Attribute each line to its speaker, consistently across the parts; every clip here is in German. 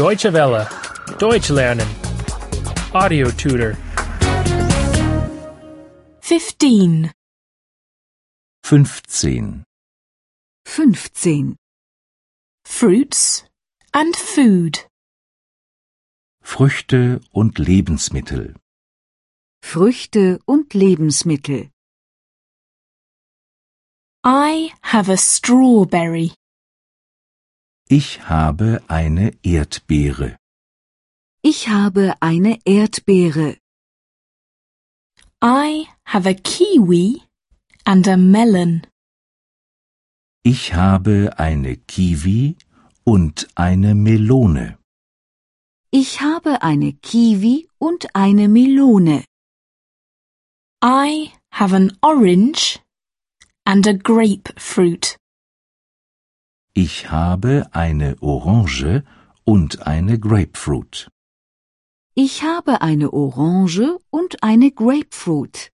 Speaker 1: Deutsche Welle. Deutsch lernen. Audio tutor.
Speaker 2: 15.
Speaker 3: 15.
Speaker 4: 15.
Speaker 2: Fruits and food.
Speaker 3: Früchte und Lebensmittel.
Speaker 4: Früchte und Lebensmittel.
Speaker 2: I have a strawberry.
Speaker 3: Ich habe eine Erdbeere.
Speaker 4: Ich habe eine Erdbeere.
Speaker 2: I have a kiwi and a melon.
Speaker 3: Ich habe eine Kiwi und eine Melone.
Speaker 4: Ich habe eine Kiwi und eine Melone.
Speaker 2: I have an orange and a grapefruit.
Speaker 3: Ich habe eine Orange und eine Grapefruit.
Speaker 4: Ich habe eine Orange und eine Grapefruit.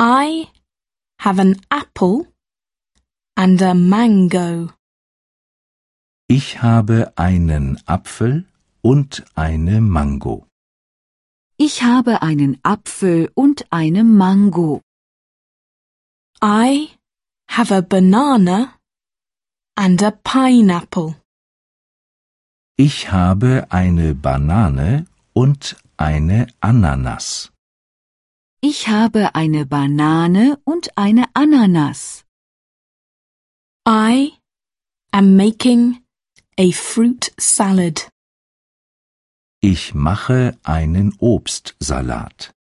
Speaker 2: I have an apple and a mango.
Speaker 3: Ich habe einen Apfel und eine Mango.
Speaker 4: Ich habe einen Apfel und eine Mango.
Speaker 2: I have a banana and a pineapple.
Speaker 3: Ich habe eine Banane und eine Ananas.
Speaker 4: Ich habe eine Banane und eine Ananas.
Speaker 2: I am making a fruit salad.
Speaker 3: Ich mache einen Obstsalat.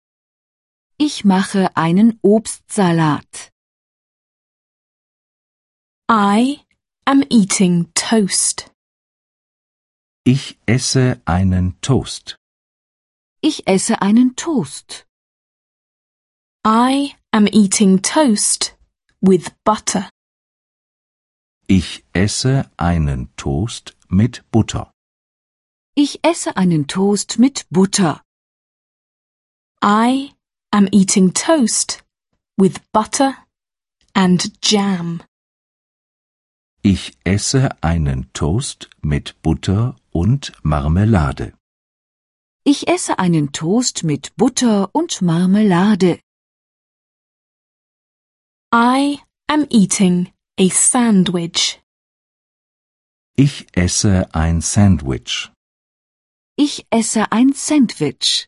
Speaker 4: Ich mache einen Obstsalat.
Speaker 2: I am eating toast.
Speaker 3: Ich esse einen Toast.
Speaker 4: Ich esse einen Toast.
Speaker 2: I am eating toast with butter.
Speaker 3: Ich esse einen Toast mit Butter.
Speaker 4: Ich esse einen Toast mit Butter.
Speaker 2: I am eating toast with butter and jam.
Speaker 3: Ich esse einen Toast mit Butter und Marmelade.
Speaker 4: Ich esse einen Toast mit Butter und Marmelade.
Speaker 2: I am eating a sandwich.
Speaker 3: Ich esse ein Sandwich.
Speaker 4: Ich esse ein Sandwich.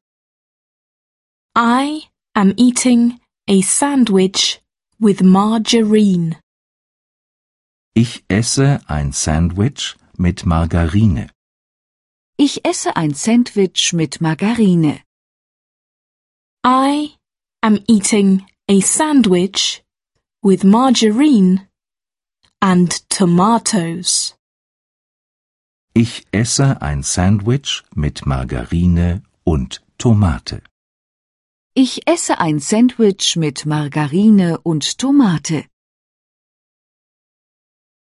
Speaker 2: I am eating a sandwich with margarine.
Speaker 3: Ich esse ein Sandwich mit Margarine.
Speaker 4: Ich esse ein Sandwich mit Margarine.
Speaker 2: I am eating a sandwich with margarine and tomatoes.
Speaker 3: Ich esse ein Sandwich mit Margarine und Tomate.
Speaker 4: Ich esse ein Sandwich mit Margarine und Tomate.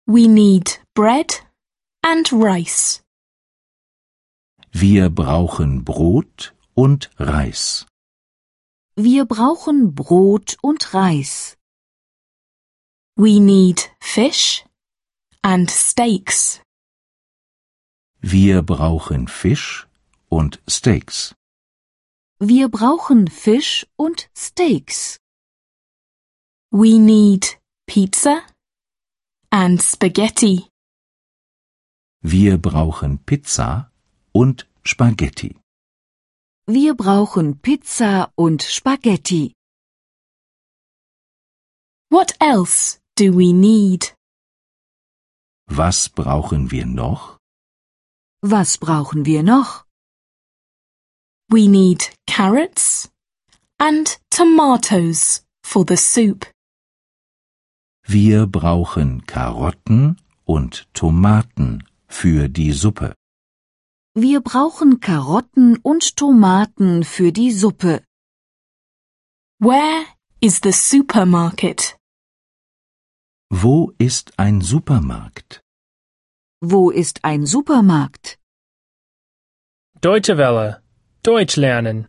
Speaker 2: We need bread and rice.
Speaker 3: Wir brauchen Brot und Reis.
Speaker 4: Wir brauchen Brot und Reis.
Speaker 2: We need fish and steaks.
Speaker 3: Wir brauchen Fisch und Steaks.
Speaker 4: Wir brauchen Fisch und Steaks.
Speaker 2: We need pizza and spaghetti.
Speaker 3: Wir brauchen Pizza und Spaghetti.
Speaker 4: Wir brauchen Pizza und Spaghetti.
Speaker 2: What else do we need?
Speaker 3: Was brauchen wir noch?
Speaker 4: Was brauchen wir noch?
Speaker 2: We need carrots and tomatoes for the soup.
Speaker 3: Wir brauchen Karotten und Tomaten für die Suppe.
Speaker 4: Wir brauchen Karotten und Tomaten für die Suppe.
Speaker 2: Where is the supermarket?
Speaker 3: Wo ist ein Supermarkt?
Speaker 4: Wo ist ein Supermarkt?
Speaker 1: Deutsche Welle. Deutsch lernen.